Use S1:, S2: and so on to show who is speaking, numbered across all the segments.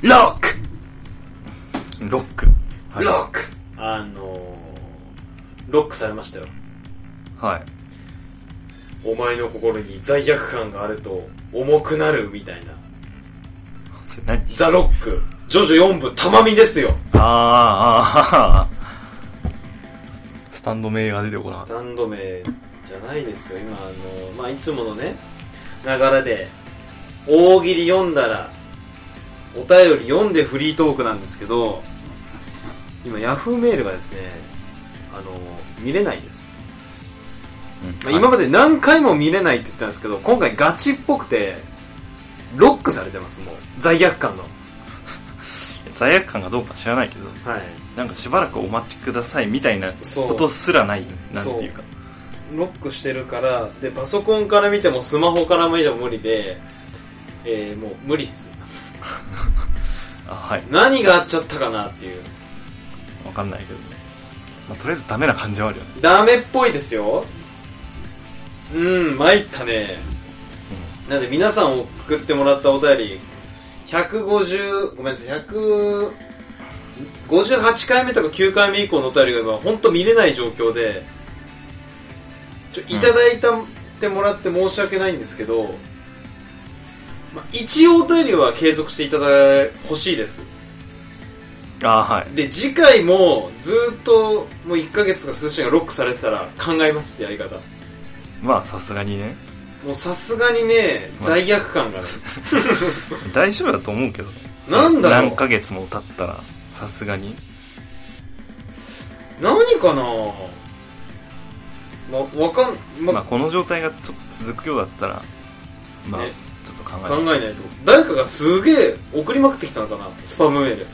S1: ロック
S2: ロック。はい。
S1: ロック
S3: あのー、ロックされましたよ。
S2: はい。
S3: お前の心に罪悪感があると重くなるみたいな。
S2: それ何
S3: ザ・ロック、ジョジョ4部、たまみですよ。
S2: あーあー、あースタンド名が出てこなかっ
S3: スタンド名じゃないですよ。今、あの、まあ、いつものね、流れで、大喜利読んだら、お便り読んでフリートークなんですけど、今、ヤフーメールがですね、あの、見れないです。
S2: た。
S3: まあ今ま
S2: で。
S3: で何回も見れないって言ってたんですけど、今回ガチっぽくて、ロックされてます、もう。罪悪感の。
S2: 罪悪感がどうか知らないけど、
S3: はい。
S2: なんかしばらくお待ちくださいみたいな
S3: そう
S2: ことすらない、なんていうか。
S3: ロックしてるから、で、パソコンから見てもスマホから見ても無理で、えー、もう無理っす。
S2: あはい。
S3: 何があっちゃったかなっていう。
S2: わかんないけどね。まあ、とりあえずダメな感じはあるよね。
S3: ダメっぽいですよ。うーん、参ったね。なんで皆さん送ってもらったお便り、150、ごめんなさい、100、58回目とか9回目以降のお便りが今、ほんと見れない状況で、ちょ、いただいたってもらって申し訳ないんですけど、まあ、一応お便りは継続していただほしいです。
S2: あーはい。
S3: で、次回もずーっともう1ヶ月か数週間ロックされてたら考えます、やり方。
S2: まあ、さすがにね。
S3: もうさすがにね、罪悪感がね。
S2: 大丈夫だと思うけど。
S3: なんだろう
S2: 何ヶ月も経ったら、さすがに。
S3: 何かなま、わかん、ま、
S2: まあ、この状態がちょっと続くようだったら、まあ、
S3: ね
S2: ちょっと考え
S3: 考え
S2: え
S3: ないと。誰かがすげえ送りまくってきたのかなスパムメール。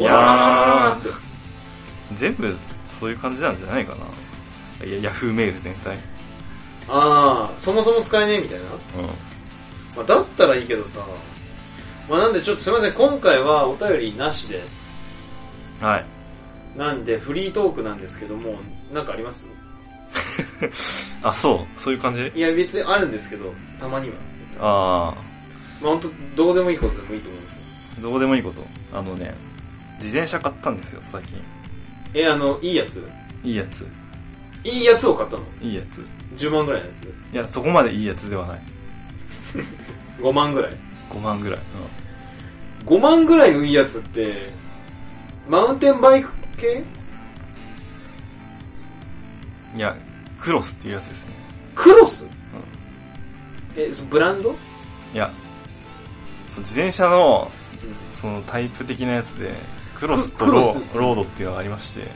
S2: いやー
S3: わらわらわらわらって
S2: 全部、そういう感じなんじゃないかな。いや、ヤフーメール全体。
S3: あー、そもそも使えねえみたいな。
S2: うん。
S3: まあ、だったらいいけどさ。まあ、なんでちょっとすいません、今回はお便りなしです。
S2: はい。
S3: なんで、フリートークなんですけども、なんかあります
S2: あ、そう。そういう感じ
S3: いや、別にあるんですけど、たまには。
S2: あ
S3: まあ、ほんと、どうでもいいことでもいいと思うんですよ。
S2: あ、どうでもいいこと。あのね、自転車買ったんですよ、最近。
S3: え、あの、いいやつ
S2: いいやつ。
S3: いいやつを買ったの
S2: いいやつ。
S3: ?10 万ぐらいのや
S2: いや、そこまでいいやつではない。
S3: つ ?5 万ぐらい。
S2: 5万ぐらい。
S3: 5万ぐらいのいいやつって、マウンテンバイク系
S2: うん。いや、クロスっていうやつですね。
S3: クロス、え、そブランド、うん、
S2: いや、そう自転車の、そのタイプ的なやつで、クロスとロ
S3: クロス
S2: ーロードっていうのがありまして、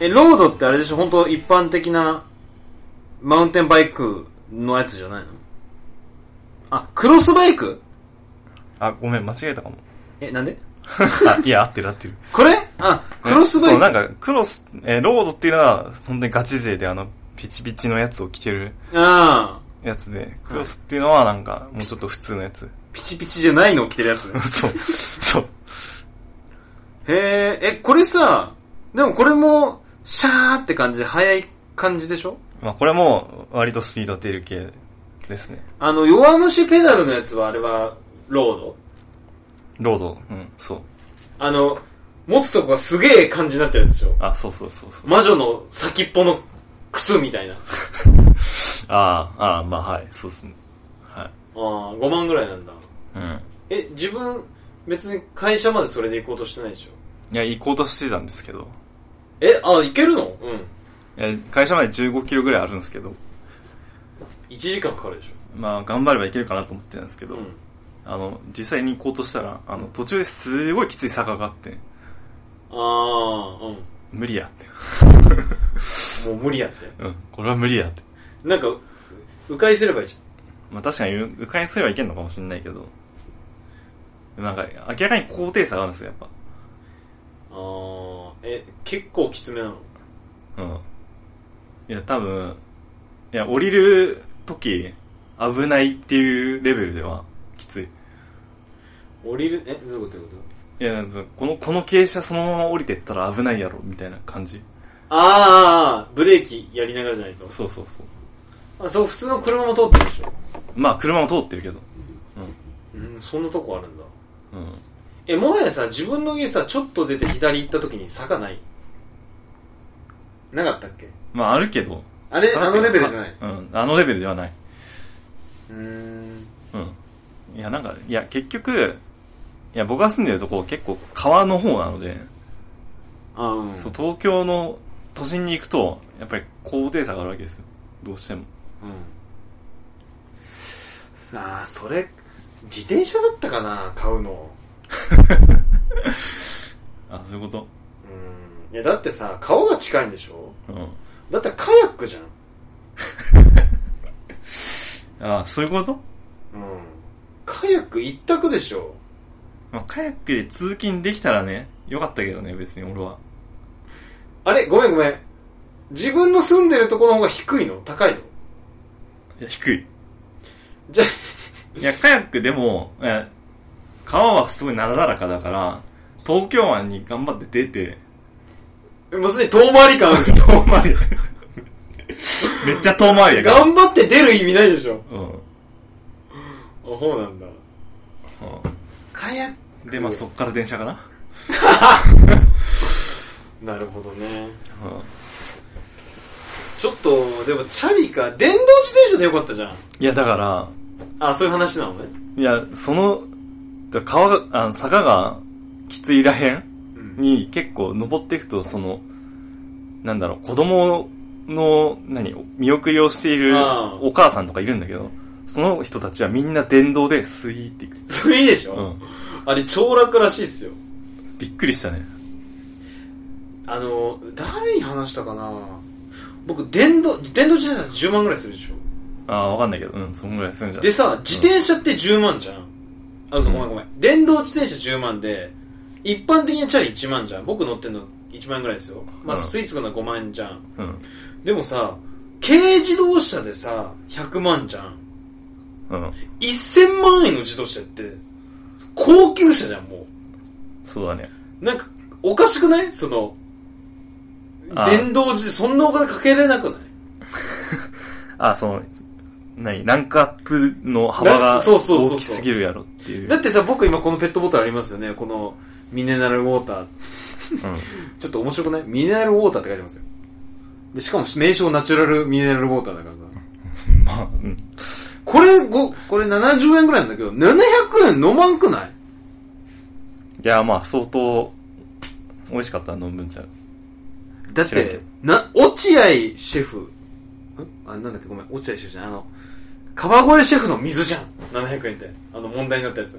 S3: え、ロードってあれでしょ本当一般的なマウンテンバイクのやつじゃないのあ、クロスバイク
S2: あ、ごめん、間違え たかも。
S3: え、なんで
S2: あいや、合ってる合ってる。
S3: これあ、クロスバイク。
S2: そう、なんか、クロス、えーロードっていうのは、本当にガチ勢で、あの、ピチピチのやつを着てる
S3: ああ、
S2: やつで、クロスっていうのは、なんか、もうちょっと普通のやつ。
S3: ピチピチじゃないのを着てるやつ。
S2: そう、そう。
S3: へえ、え、これさ、でもこれも、シャーって感じで、速い感じでしょ
S2: まあ、これも、割とスピード出る系ですね。
S3: あの、弱虫ペダルのやつは、あれは、ロード
S2: ロード、うん、そう。
S3: あの、持つとこがすげえ感じになってるやつでしょ
S2: あ、そうそうそうそう。
S3: 魔女の先っぽの靴みたいな。
S2: ああ、ああ、まあ、はい、そうですね。はい。
S3: ああ、5万ぐらいなんだ。
S2: うん。
S3: え、自分、別に会社までそれで行こうとしてないでしょ
S2: いや、行こうとしてたんですけど、
S3: え、あ、行けるのうん。
S2: え会社まで15キロぐらいあるんですけど、
S3: 1時間かかるでし
S2: まあ、頑張ればいけるかなと思ってたんですけ
S3: ょ
S2: ど、
S3: うん。
S2: あの、実際に行こうとしたら、あの、途中ですごいきつい坂があって、
S3: ああ、う
S2: 無理や って。
S3: ん。もう無理やって。
S2: うん、これは無理やって。
S3: なんか、う迂回すればいいじ
S2: まあ確かに、う迂回すればいけんのかもしれないけど、なんか、明らかに高低差があるんですよ、やっ
S3: ゃん。ああ、え、結構きつめなの
S2: ぱ。うん。いや、多分、いや、降りる時危ないっていうレベルでは、きつい。
S3: 降りる、え、どういうことどういうこと
S2: いや、そのこの、この傾斜そのまま降りてったら危ないやろ、みたいな感じ。
S3: ああ、ブレーキやりながらじゃないと。
S2: そうそうそう。
S3: あ、そう、普通の車も通ってるでしょ
S2: まあ、車も通ってるけど。
S3: うん、そんなとこあるんだ。
S2: うん。うん。
S3: え、もはやさ、自分の家さ、ちょっと出て左行った時に坂ないなかったっけ
S2: まああるけど。
S3: あれ、あのレベルじゃない。
S2: うん、あのレベルではない。
S3: うーん。
S2: うん。いや、なんか、いや、結局、いや、僕が住んでるとこ結構川の方なので、
S3: あうん。
S2: そう、東京の都心に行くと、やっぱり高低差があるわけですよ。どうしても。
S3: うん。さあ、それ、自転車だったかな買うの。
S2: あ、そういうこ
S3: うん。いや、だってさ、顔が近いんでしょ
S2: とうん。
S3: だってカヤックじゃん。
S2: あ、そういうこと
S3: うん。カヤック一択でしょ
S2: まあ、カヤックで通勤できたらね、よかったけどね、別に俺は。
S3: あれごめんごめん。自分の住んでるとこの方が低いの高いの
S2: いや、低い。
S3: じゃ、
S2: いや、カヤックでも、え川はすごいなだらかだから、東京湾に頑張って出 て、
S3: もうすでに遠回り感あるじゃん。
S2: 遠回り。 めっちゃ遠回りだから。
S3: 頑張って出る意味ないでしょ
S2: うん。
S3: あ、そうなんだ。カヤッ
S2: うん、で、まあそっから電車かな。
S3: ク。なるほどね。
S2: うん。
S3: ちょっと、でもチャリか、電動自転車でよかったじゃん。
S2: いや、だから、
S3: あ、そういう話なのね。
S2: いや、その、だ川が、あの坂がきついらへん
S3: うん。
S2: に結構登っていくと、その、なんだろう、子供の、何、見送りをしている
S3: ああ
S2: お母さんとかいるんだけど、その人たちはみんな電動でスイーっていく。
S3: それいいでしょ、
S2: うん。
S3: あれ、長楽らしいっすよ。
S2: びっくりしたね。
S3: あの、誰に話したかな僕、電動、電動自転車10万ぐらいするでしょ
S2: ああ、わかんないけど、うん、そんぐらいするんじゃな
S3: で
S2: い
S3: さ、自転車って10万じゃん。あ、ごめんごめん。電動自転車10万で、一般的なチャリ1万じゃん。僕乗ってんの1万ぐらいですよ。まあ、
S2: うん
S3: スイーツが5万じゃん。
S2: うん。
S3: でもさ、軽自動車でさ、100万じゃん。
S2: うん。
S3: 1000万円の自動車って、高級車じゃん、も
S2: そうだね。
S3: う。なんか、おかしくないその
S2: あ、ー
S3: 電動自転そんなお金かけれなくない
S2: あ、その、何、ランクアップの幅
S3: ラン
S2: が
S3: そうそうそうそう
S2: 大きすぎるやろっていう。
S3: だってさ、僕今このペットボトルありますよね。このミネラルウォーター。
S2: うん。
S3: ちょっと面白くないミネラルウォーターって書いてますよ。で、しかも名称ナチュラルミネラルウォーターだからさ。
S2: まあ、うん。
S3: これご、これ70円ぐらいなんだけど、700円飲まんくない
S2: いや、まあ、相当、美味しかったら飲むんちゃう。
S3: だっ
S2: 知らんけ
S3: て、な、落合シェフ、んあ、なんだっけごめん、落合シェフじゃん。あの、川越シェフの水じゃん。700円って。あの、問題になったやつ。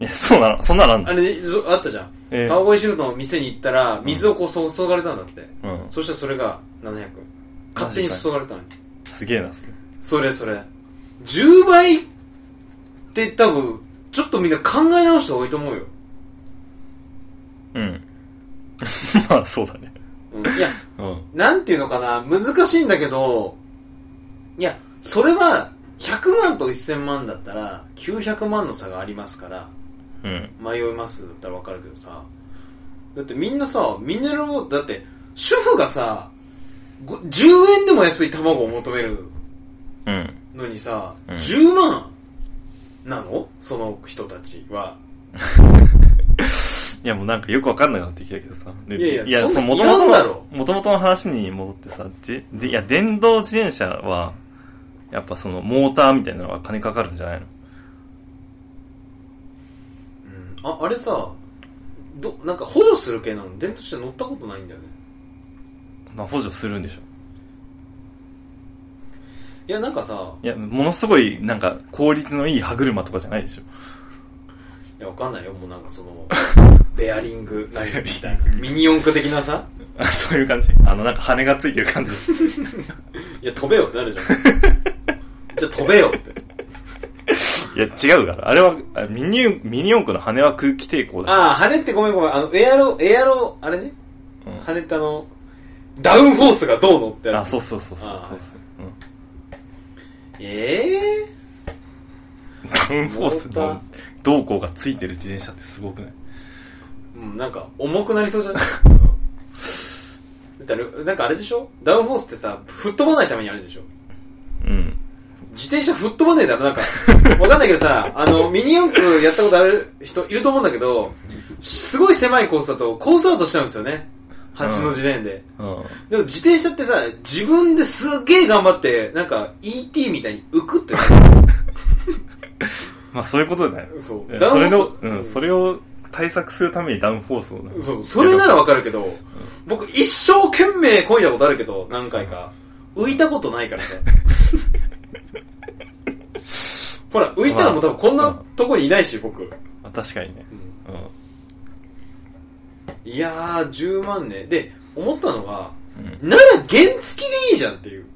S2: いや、そうなの、そんなのあん
S3: あ
S2: の
S3: れ、そあったじゃん。
S2: ええ
S3: 川越シェフの店に行ったら、水をこうそ注がれたんだって。
S2: うん。
S3: そしたらそれが700円。勝手に注がれたのに。
S2: すげえな、それ。
S3: それそれ。10倍って多分、ちょっとみんな考え直した方がいいと思うよ。
S2: うん。 まあ、そうだね。
S3: うん、いや、
S2: うん。
S3: なんていうのかな、難しいんだけど、いや、それは、100万と1000万だったら、900万の差がありますから、
S2: うん。
S3: 迷いますだったらわかるけどさ、だってみんなさ、ミネラルウォーター、だって、主婦がさ、ご10円でも安い卵を求める
S2: うん。
S3: のにさ、
S2: うん
S3: 10万なのその人たちは。
S2: いや、もうなんかよくわかんなくなってきたけどさ。で
S3: いやいや
S2: いや、
S3: そんな
S2: その、もと
S3: いらんだろ
S2: もとの話に戻ってさ、じでいや、電動自転車は、やっぱその、モーターみたいなのが金かかるんじゃないの
S3: うんあ、あれさ、ど、なんか補助する系なの電動車乗ったことないんだよね。
S2: まあ、補助するんでしょ。
S3: いや、なんかさ、
S2: いや、ものすごい、なんか、効率のいい歯車とかじゃないでしょ。
S3: いや、わかんないよ、もうなんかその、ベアリング、なんかみたいな
S2: ベアリン。グ
S3: ミニ四駆的なさ、
S2: あ そういう感じあの、なんか羽がついてる感じ。
S3: いや、飛べよってなるじゃん。じゃあ飛べよって。
S2: いや、違うから。あれは、あミニ、ミニ四駆の羽は空気抵抗だ。
S3: ああ、羽ってごめんごめん、あの、エアロ、エアロ、あれね、
S2: うん
S3: 羽ってあの、ダウンフォースがどうのってや
S2: あ、
S3: つ。
S2: そうそうそうそう
S3: あ
S2: そうそう。うん
S3: ええ
S2: ダウンフォースの動向がついてる自転車ってすごくない
S3: ー、うん、なんか重くなりそうじゃないだってあれなんかあれでしょダウンフォースってさ、吹っ飛ばないためにあるでしょ
S2: うん。
S3: 自転車吹っ飛ばねえだろ、なんか。わかんないけど さ、あの、ミニ四駆やったことある人いると思うんだけど、すごい狭いコースだとコースアウトしちゃうんですよね。8の字レーンで。
S2: うん。
S3: でも自転車ってさ、自分ですっげえ頑張って、なんか ET みたいに浮くってな
S2: まあそういうことだよ。
S3: る。そう
S2: いや
S3: ダ
S2: そ
S3: ウ
S2: れ
S3: ン
S2: の
S3: フォ、
S2: う
S3: ー
S2: ん、
S3: ス
S2: それを対策するためにダウンフォースをね
S3: そうそう、それならわかるけど、僕一生懸命漕いだことあるけど、何回か。浮いたことない からね。ほら、浮いたらもう多分こんなとこにいないし、僕。
S2: まあ確かにね。うん。
S3: いやー、10万ね。で、思ったのは、
S2: うん。
S3: なら原付でいいじゃんっていう。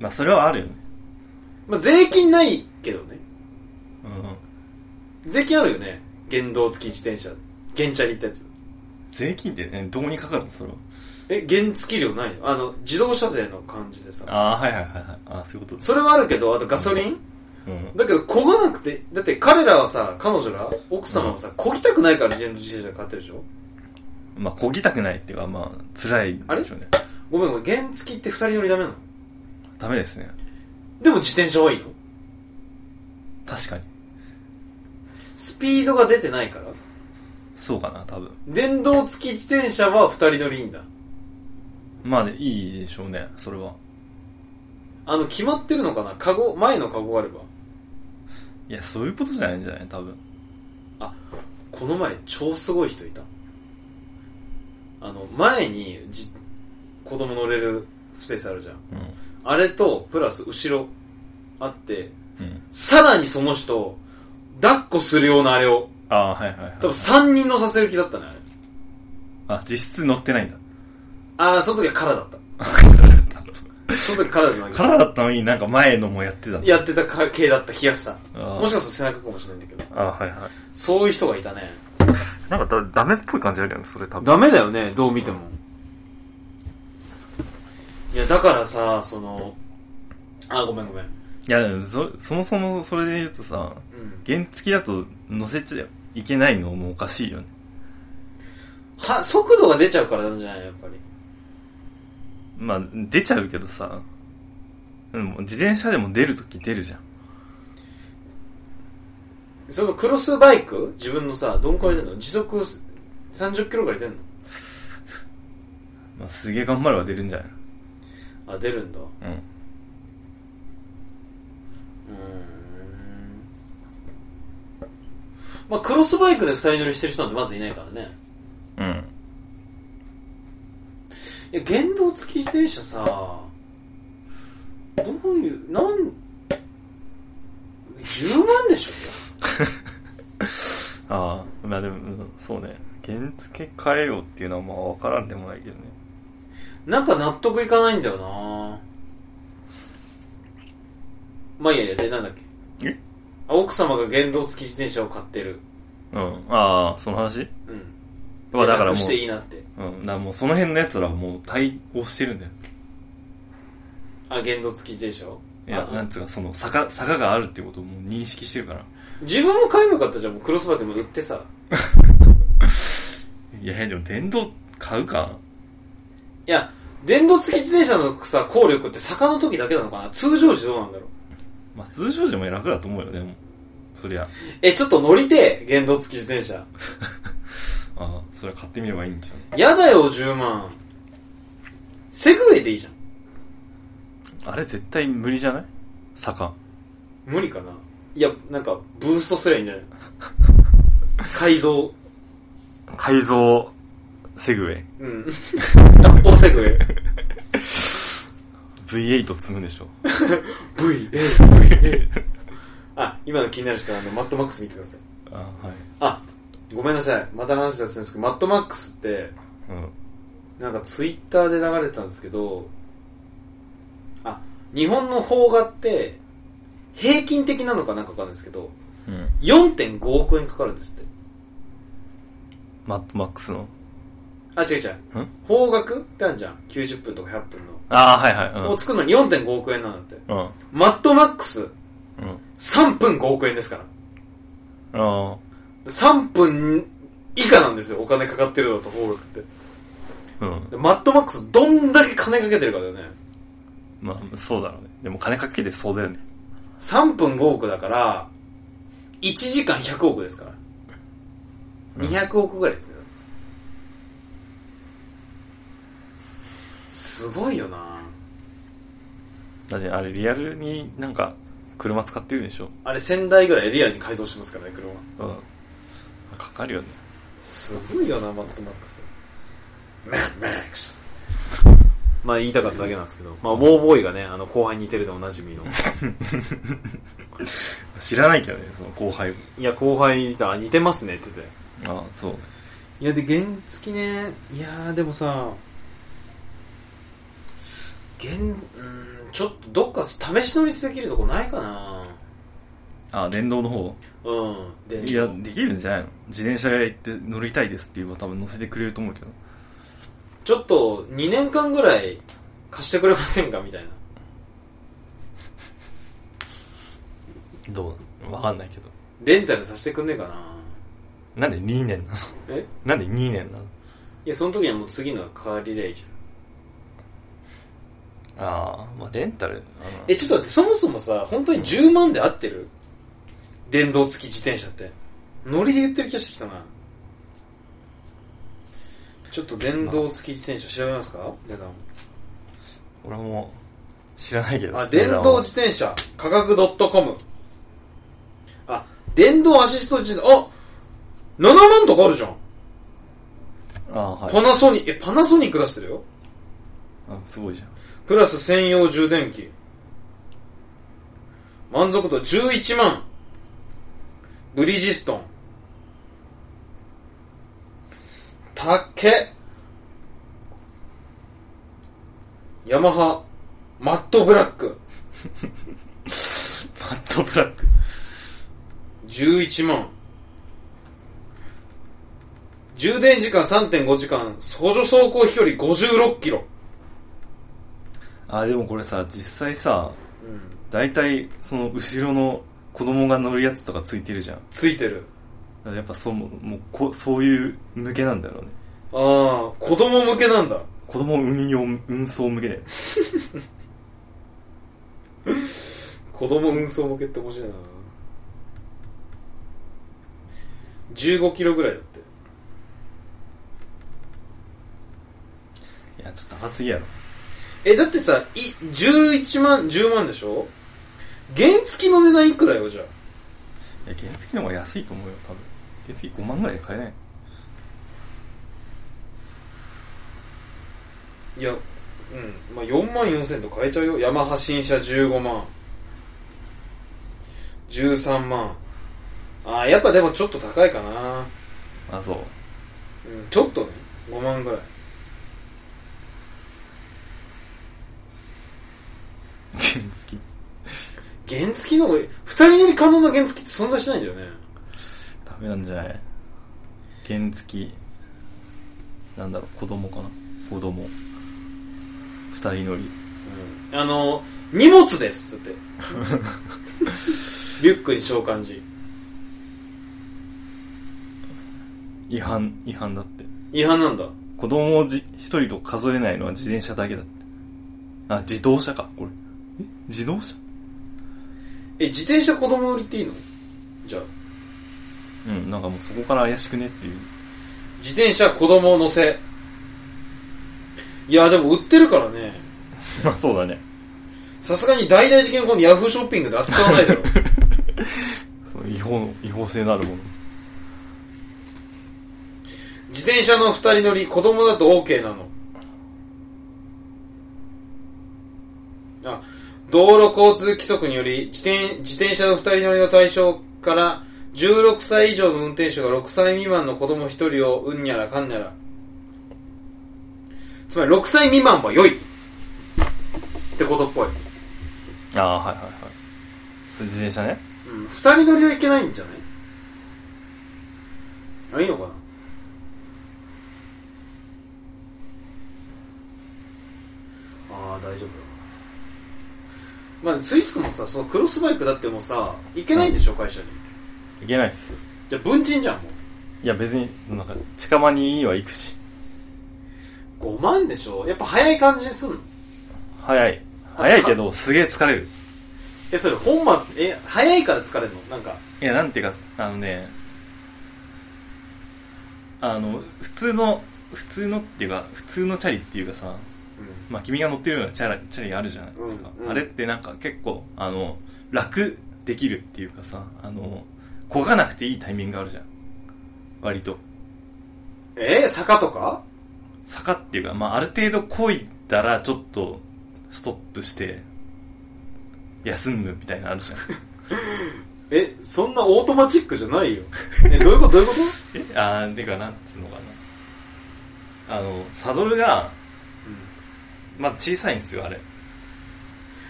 S2: まあそれはあるよね。
S3: まあ、税金ないけどね。
S2: うん。
S3: 税金あるよね。原動付き自転車。原チャリってやつ。
S2: 税金ってね、どこにかかるのそれは。
S3: え、原付料ないのあの、自動車税の感じでさ。
S2: ああ、はいはいはいはい。ああ、そういうことね
S3: それはあるけど、あとガソリン、
S2: うん。
S3: だけど、漕がなくて、だって彼らはさ、彼女ら、奥様はさ、漕ぎたくないから自自転車買ってるでしょ
S2: まあ、こぎたくないっていうか、まあ、辛いでしょうね。
S3: ごめんごめん、原付って二人乗りダメなの
S2: ダメですね。
S3: でも自転車はいいの
S2: 確かに。
S3: スピードが出てないから
S2: そうかな、多分。
S3: 電動付き自転車は二人乗りいいんだ。
S2: まあ、ね、いいでしょうね、それは。
S3: あの、決まってるのかなカゴ、前のカゴがあれば。
S2: いや、そういうことじゃないんじゃない多分。
S3: この前、超すごい人いた。あの、前にじ、子供乗れるスペースあるじゃん。
S2: うん。
S3: あれと、プラス後ろ、あって、
S2: うん。
S3: さらにその人、抱っこするようなあれを、
S2: ああ、はいはいはい。
S3: 多分3人乗させる気だったね、あれ。
S2: あ、実質乗って ないんだ。
S3: あー、その時は空だった。その時 空じゃないけど
S2: カラーだったのになんか前のもやってた。
S3: やってたか系だった気がした。
S2: あー
S3: もしかすると背中かもしれないんだけど。
S2: ああ、はいはい。
S3: そういう人がいたね。
S2: なんかだダメっぽい感じあるよね、それ多分。
S3: ダメだよね、どう見ても。いや、だからさ、その、あ、ごめんごめん。うん。
S2: いや、でもそ、そもそもそれで言うとさ、原付きだと乗せちゃいけないのもおかしいよね。
S3: は、速度が出ちゃうからなんじゃないやっぱり。
S2: まあ、出ちゃうけどさ、でも自転車でも出るとき出るじゃん。
S3: そのクロスバイク自分のさ、どんくらい出んの時速30キロぐらい出んの
S2: まあ、すげえ頑張れば出るんじゃない
S3: あ、出るんだ。う
S2: のうん。
S3: ーん。まあ、クロスバイクで二人乗りしてる人なんてまずいないからね。
S2: うん。
S3: いや、原動付き自転車さ、どういう、なん、10万でしょ
S2: ああ、まあでも、うんそうね。原付変えようっていうのはまあわからんでもないけどね。
S3: なんか納得いかないんだよなまあいいやいや、で、なんだっけ。
S2: え
S3: あ奥様が原動付き自転車を買ってる。
S2: うん。ああ、その話
S3: うん。
S2: まあだから
S3: 楽
S2: も
S3: し
S2: う
S3: て、いいなって。
S2: うん。だからもうその辺のやつらはもう対応してるんだよ。
S3: あ、原動付き自転車を
S2: いや、
S3: あ
S2: なんつうか、その坂、坂があるってことをもう認識してるから。
S3: 自分も買えばよかったじゃん、もうクロスバイクも売ってさ。
S2: いや、でも電動買うか
S3: いや、電動付き自転車のさ、効力って坂の時だけなのかな通常時どうなんだろう
S2: まあ通常時も楽だと思うよ、でも。そりゃ。
S3: え、ちょっと乗りてえ、原動付き自転車。
S2: ああ、それは買ってみればいいんじゃん。
S3: やだよ、10万。セグウェイでいいじゃん。
S2: あれ絶対無理じゃない坂。
S3: 無理かないや、なんか、ブーストすりゃいいんじゃ ない改造。
S2: 改造、セグウェイ。
S3: うん。 脱法セグウェイ。
S2: V8 積むでしょ。
S3: V、A、あ、今の気になる人は、あの、マットマックス見てください。
S2: ああ、はい。
S3: あ、ごめんなさい。また話出すんですけど、マットマックスって、
S2: うん。
S3: なんかツイッターで流れてたんですけど、あ、日本の邦画って、平均的なのかなんかわかんないですけど、
S2: うん。
S3: 4.5億円かかるんですって。
S2: マットマックスの。ん
S3: あ、違う違う。方角ってあるじゃん。90分とか100分
S2: ああ、はいはい。
S3: の。を作るのに4.5億円なんだって。
S2: うん。
S3: マットマックス、
S2: うん。うん。
S3: 3分5億円ですから。
S2: ああ。
S3: 3分以下なんですよ、お金かかってるのと方角って。
S2: うん。
S3: でマットマックスどんだけ金かけてるかだよね。
S2: まあ、そうだろうね。でも金かけてそうだよね。
S3: 3分5億だから、1時間100億ですから。
S2: うん
S3: 200億ぐらいですね。すごいよな
S2: だってあれリアルになんか車使ってるでしょ
S3: あれ1000台ぐらいリアルに改造しますからね、車。
S2: うんかかるよね
S3: すごいよな、マッドマックス。マッドマックス。まあ言いたかっただけなんですけど、まあ、ウォーボーイがね、あの、後輩に似てるでおなじみの。
S2: 知らないけどねその後輩
S3: いや、後輩に、あ、似てますねって言ってて。
S2: ああそう
S3: いや、で、原付きね、いやー、でもさ、原、うーん、ちょっとどっか試し乗りできるとこないかな
S2: ああ電動の方
S3: うん。で
S2: いやできるんじゃないの自転車屋行って乗りたいですって言えば多分乗せてくれると思うけど
S3: ちょっと2年間ぐらい貸してくれませんかみたいな。
S2: どうわかんないけど
S3: レンタルさせてくんねえかな
S2: なんで2年なの
S3: え
S2: なんで2年なの
S3: いや、その時にはもう次の借りれいじゃん。
S2: ああまあレンタルあの
S3: え、ちょっと待って、そもそもさ、本当に10万で合ってる電動付き自転車って。ノリで言ってる気がしてきたな。ちょっと電動付き自転車調べますか値段。
S2: 俺も知らないけど
S3: あ、電動自転車、価格 .com。あ、電動アシスト自転車、あ !7 万とかあるじゃん、
S2: ああはい
S3: パナソニック、え、パナソニック出してるよ。
S2: あすごいじゃん
S3: プラス専用充電器。満足度11万。ブリヂストン。たっけ。ヤマハ。マットブラック。
S2: マットブラック
S3: 11万。充電時間3.5時間。補助走行飛距離56キロ。
S2: ああでもこれさ実際さ
S3: うん。
S2: 大体その後ろの子供が乗るやつとかついてるじゃんだ
S3: ついてる。
S2: からやっぱそうもうこそういう向けなんだろうね
S3: ああ、子供向けなんだ。
S2: 子供運用運送向けだよ
S3: 子供運送向けって面白いな15キロぐらいだって
S2: いやちょっと高すぎやろ
S3: えだってさい11万10万でしょ原付きの値段いくらよじゃあ
S2: いや原付の方が安いと思うよ多分原付5万ぐらいで買えない
S3: いやうんまあ4万4千と買えちゃうよヤマハ新車15万13万あーやっぱでもちょっと高いかな
S2: あそう
S3: うんちょっとね、5万ぐらい。
S2: 原付
S3: 原付きの方が、二人乗り可能な原付きって存在しないんだよね。
S2: ダメなんじゃない原付なんだろう子供かな子供二人乗り
S3: あの、荷物ですっつって。リュックに召喚時。
S2: 違反違反だって
S3: 違反なんだ。
S2: 子供をじ一人と数えないのは自転車だけだってあ自動車かこれえ自動車
S3: え、自転車子供売りっていいのじゃあ。
S2: うんなんかもうそこから怪しくねっていう
S3: 自転車子供を乗せ。いや、でも売ってるからね。
S2: まあ そうだね
S3: さすがに大々的にこのヤフーショッピングで扱わないだろ。
S2: その違法違法性のあるもの
S3: 自転車の二人乗り、子供だと OK なの。あ、道路交通規則により、自転自転車の二人乗りの対象から、16歳以上の運転手が6歳未満の子供一人をうんにゃらかんにゃら。つまり6歳未満は良い。ってことっぽい。
S2: ああはいはいはいそれ自転車ね
S3: うん、二人乗りはいけないんじゃないあ、いいのかなああ、大丈夫だな。まあ、スイスクもさ、そのクロスバイクだってもうさ、いけないんでしょ、会社に。
S2: いけないっす
S3: じゃあ、文鎮じゃん、も
S2: いや別になんか近場にいいは行くし
S3: う。5万でしょやっぱ早い感じにすんの
S2: 早い早いけどすげえ疲れる
S3: え、それ本末、え、早いから疲れるのなんか。
S2: いや、なんていうか、あのね、あの、普通の、普通のっていうか、普通のチャリっていうかさ、
S3: うん。
S2: まあ君が乗ってるようなチャラチャリあるじゃないですか、
S3: うんうん
S2: あれってなんか結構、あの、楽できるっていうかさ、あの、焦がなくていいタイミングがあるじゃん。割と。
S3: え坂とか
S2: 坂っていうか、まあある程度こいだらちょっとストップして、休むみたいなのあるじゃん。
S3: え、そんなオートマチックじゃないよ。え、どういうことどういうこ
S2: え あー、てか、なんつうのかな。あの、サドルが、
S3: と、うん、
S2: まあ、小さいんですよ、あれ。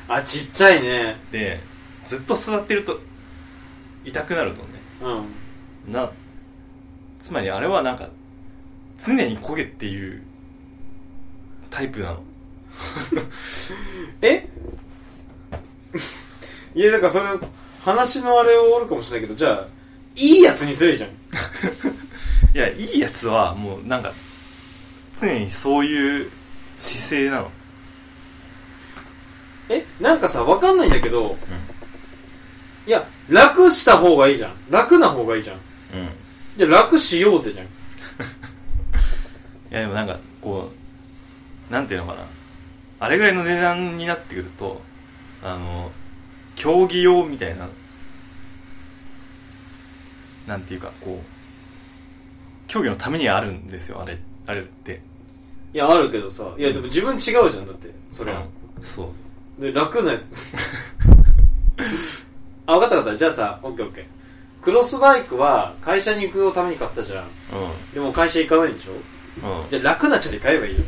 S3: あ、ちっちゃいね。
S2: で、ずっと座ってると、痛くなるとね。
S3: うん。
S2: な、つまりあれはなんか、常に焦げっていう、タイプなの。
S3: え いや、だからそれ、話のあれをおるかもしれないけど、じゃあ、いいやつにすればいいじゃん。
S2: いや、いいやつは、もうなんか、常にそういう姿勢なの。
S3: え、なんかさ、わかんないんだけど、いや、楽した方がいいじゃん。楽な方がいいじゃん。
S2: うん。い
S3: じゃあ楽しようぜじゃん。
S2: や、でもなんか、こう、なんていうのかな。あれぐらいの値段になってくると、あの、競技用みたいな、なんていうか、こう、競技のためにあるんですよ、あれ、あれって。
S3: いや、あるけどさ、いや、でも自分違うじゃん、だって、それは。
S2: うんそう。
S3: で、楽なや つ。あ、わかったわかった。じゃあさ、オッケーオッケー。クロスバイクは会社に行くために買ったじゃん。
S2: う
S3: でも会社行かないんでしょ
S2: ん。うん。
S3: じゃあ楽なチャリ買えばいいよ。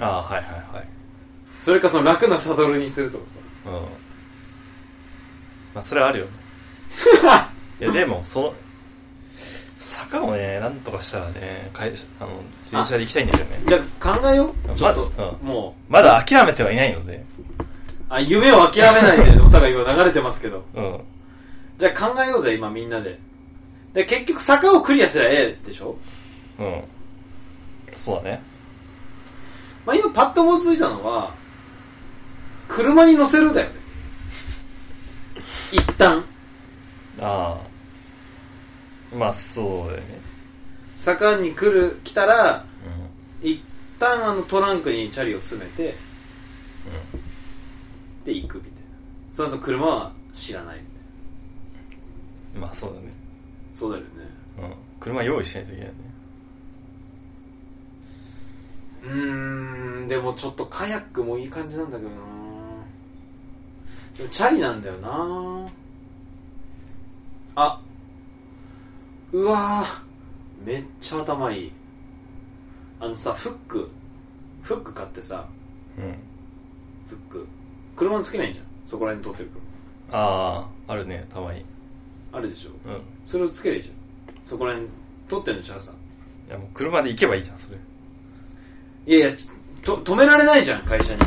S2: ああ、はいはいはい。
S3: それかその楽なサドルにするとか
S2: うん。まあ、それはあ るよね。
S3: さ。
S2: いや、でも、その、坂をね、なんとかしたらね、会社、あの、自転車で行きたいんだよね。
S3: じゃあ考えよ
S2: ま
S3: う。ちょっと、
S2: うん
S3: も
S2: まだ諦めてはいないので、
S3: う、あ、夢を諦めないで、お互い今流れてますけど。
S2: うん。
S3: じゃあ考えようぜ、今みんなで。で、結局坂をクリアすりゃええでしょ
S2: うん。そうだね。
S3: まあ今パッと思いついたのは、車に乗せるだよね。一旦、
S2: ああ。まあ、そうだよね。
S3: 坂に来る、来たら、
S2: うん。
S3: 一旦あのトランクにチャリを詰めて、で行くみたいな。その後車は知らないみたいな。
S2: うん。まあ、そうだね。
S3: そうだよね。
S2: うん。車用意しないといけないね。
S3: うーん、でもちょっとカヤックもいい感じなんだけどなでもチャリなんだよなあ、うわーめっちゃ頭いい。あのさ、フック、フック買ってさ、
S2: うん。
S3: フック。車につけないんじゃん。そこら辺通ってる
S2: ああ、あるね、たまに。
S3: 車。あるでしょ。
S2: うん。
S3: それをつけるじゃん。そこら辺通ってるでしょ、朝。
S2: いや、もう車で行けばいいじゃん、それ。
S3: いやいや、と、止められないじゃん、会社に。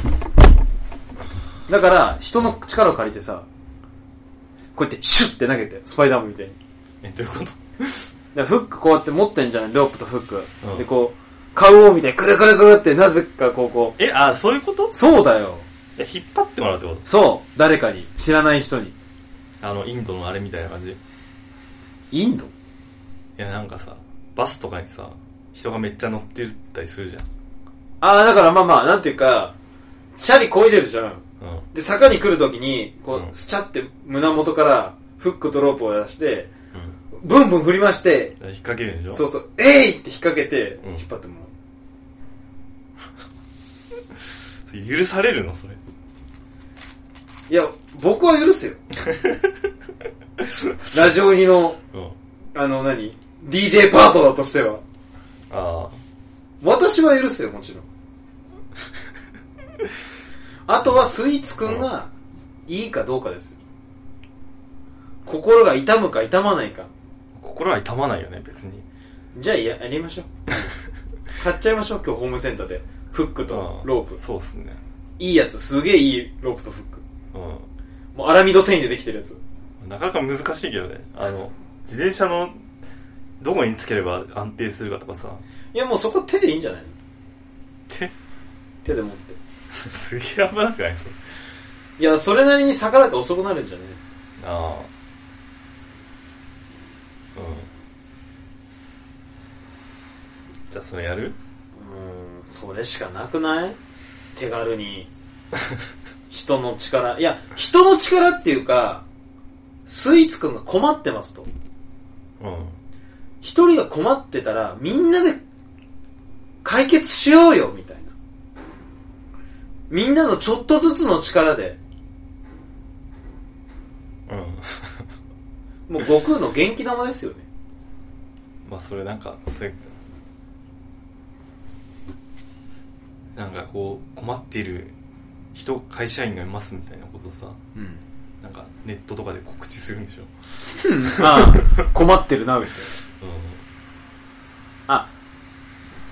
S3: だから、人の力を借りてさ、こうやってシュッて投げて、スパイダーマンみたいに。
S2: え、どういうこと
S3: で、フックこうやって持ってんじゃん、ロープとフック。
S2: うん
S3: で、こう、買おうみたいに、くるくるくるって、なぜかこう、こ
S2: え、ああ、そういうこと
S3: う。そうだよ。
S2: え、引っ張ってもらうってこと
S3: そう。誰かに。知らない人に。
S2: あの、インドのあれみたいな感じ。い
S3: インド
S2: や、なんかさ、バスとかにさ、人がめっちゃ乗ってたりするじゃ
S3: ああ、だからまあまあ、なんていうか、チャリこいでるじゃん。
S2: ん。うん。
S3: で、坂に来るときに、こ
S2: う
S3: う、
S2: ん
S3: スチャって胸元から、フックとロープを出して、ブンブン振りまして、
S2: うん。引っ掛けるんでしょ
S3: そうそう、えいって引っ掛けて、
S2: うん
S3: 引っ張ってもらう。
S2: それ許されるのそれ。
S3: いや、僕は許すよ。ラジオにの、
S2: うん。
S3: あの何、DJ パートナーとしては。
S2: あ
S3: 私は許すよ、もちろん。あとはスイーツくんが、いいかどうかですよ。心が痛むか痛まないか。
S2: あ。心は痛まないよね、別に。
S3: じゃあや、やりましょう。買っちゃいましょう、今日ホームセンターで。フックとロープ。
S2: そうっすね。
S3: いいやつ、すげえいいロープとフック。
S2: う
S3: もうアラミド繊維でできてるやつ。
S2: ん。なかなか難しいけどね。あの、自転車の、どこにつければ安定するかとかさ。
S3: いや、もうそこ手でいいんじゃない
S2: て、
S3: 手で持って。
S2: すげえ危なくないそれ。
S3: いや、それなりに坂だから遅くなるんじゃね
S2: ああうんじゃあそれやる
S3: うん、それしかなくない手軽 に。人の力。いや、人の力っていうか、スイーツくんが困ってますと。
S2: うん
S3: 一人が困ってたら、みんなで解決しようよ、みたいな。みんなのちょっとずつの力で、
S2: うん
S3: もう悟空の元気玉ですよね。
S2: まあそれなんかそれなんかこう困っている人会社員がいますみたいなことさ
S3: うん。
S2: なんかネットとかで告知するんでしょ
S3: ああ、困ってるな、みたいな。
S2: う
S3: あ、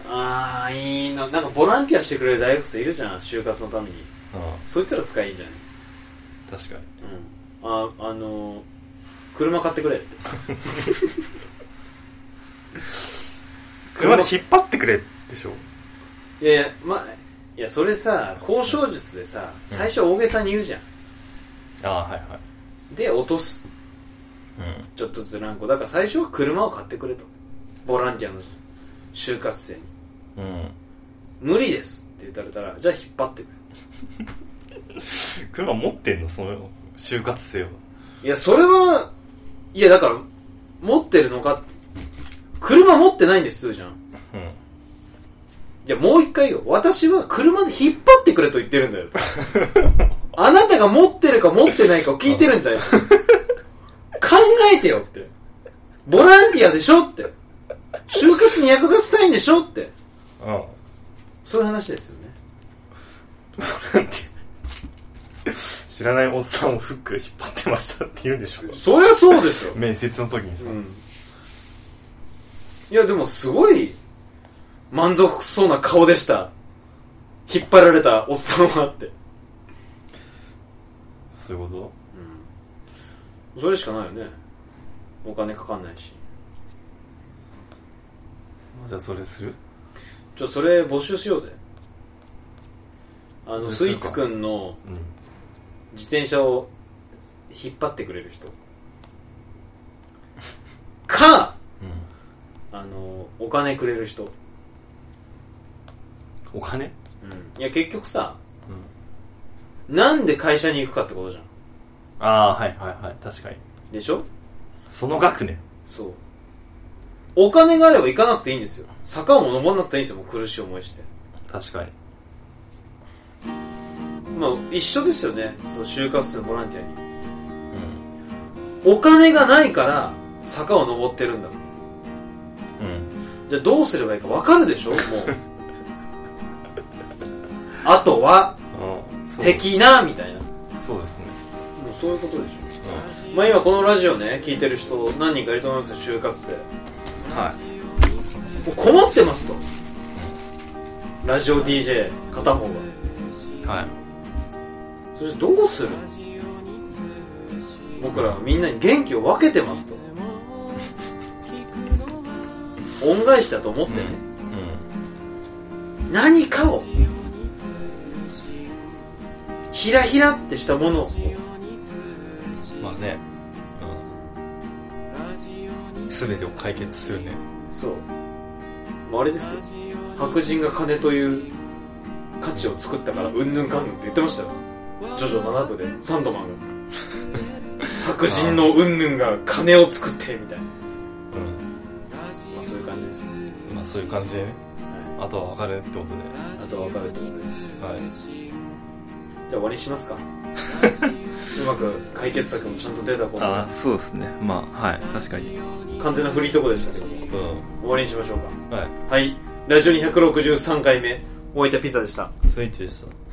S3: あーいいな。なんかボランティアしてくれる大学生いるじゃん、就活のために。
S2: んあ
S3: そういったら使いいんじゃない
S2: あ確かに
S3: うん。あ、あのー、車買ってくれって。
S2: 車で引っ張ってくれでしょ
S3: いやいや、まあ、いや、それさ、交渉術でさ、最初大げさに言うじゃん。
S2: ああはいはい
S3: で、落とす。
S2: うん
S3: ちょっとずつランクをだから最初は車を買ってくれと。ボランティアの就活生に。
S2: うん。
S3: 無理ですって言われたら、じゃあ引っ張ってく
S2: 車持ってんのその、就活生は。
S3: れ。いや、それは、いや、だから、持ってるのかって。車持ってないんです、じゃん。
S2: うん。
S3: じゃあもう一回よ。私は車で引っ張ってくれと言ってるん だよ。あなたが持ってるか持ってないかを聞いてるんじゃない考えてよって。ボランティアでしょって。就活に役立ちたいんでしょって。
S2: ああ。
S3: そういう話ですよね。
S2: 知らないおっさんをフックで引っ張ってましたって言うんでしょ
S3: そりゃそうですよ。
S2: 面接の時にさ。
S3: うん。いや、でもすごい満足そうな顔でした。引っ張られたおっさんはって。
S2: そういうこ
S3: うん。それしかないよね。お金かかんないし。
S2: とじゃあそれする
S3: ちょ、それ募集しようぜ。あ
S2: 募
S3: の、
S2: 集
S3: ス
S2: す
S3: イ
S2: る
S3: ー
S2: か
S3: ツくんの
S2: うん。
S3: 自転車を引っ張ってくれる人。か、
S2: うん。
S3: あの、お金くれる人。う
S2: お金
S3: ん。いや、結局さ、
S2: うん。
S3: なんで会社に行くかってことじゃん。
S2: ああ、はいはいはい。確かに。
S3: でしょ
S2: その額ね。
S3: そう。お金があれば行かなくていいんですよ。坂を登らなくていいんですよ、もう苦しい思いして。
S2: 確かに。
S3: まあ、一緒ですよね。その就活生のボランティアに。
S2: うん。
S3: お金がないから、坂を登ってるんだ。
S2: うん。
S3: じゃあどうすればいいかわかるで しょもう。あとは、
S2: ああ、そう。
S3: 敵な、みたいな。も
S2: そうですね。
S3: うそういうことでしょ。まあ今このラジオね、聞いてる人何人かいると思いますよ、就活生。も
S2: はい。
S3: う困ってますと。ラジオ DJ、片方が。
S2: はい。
S3: それどうする僕らはみんなに元気を分けてますと。恩返しだと思って
S2: うん。う
S3: ね。
S2: ん。
S3: 何かをひらひらってしたものを
S2: まあね。うん。すべてを解決するね。
S3: そう、まあ、あれですよ白人が金という価値を作ったからうんぬんかんぬんって言ってましたよジョジョ7部でサンドマンが白人のうんぬんが金を作ってみたいな、
S2: うん。
S3: まあ、そういう感じです、
S2: まあそういう感じでね。
S3: は
S2: あとは別れってことで。
S3: い、あとは分かると思います
S2: はい。
S3: じゃあ終わりにしますかうまく解決策もちゃんと出たこと
S2: あそうですねまあはい確かに
S3: 完全なフリーとこでしたけども
S2: うん
S3: 終わりにしましょうか
S2: は
S3: はい。ラジオに163回目、大分ピザでした。
S2: いスイッチでした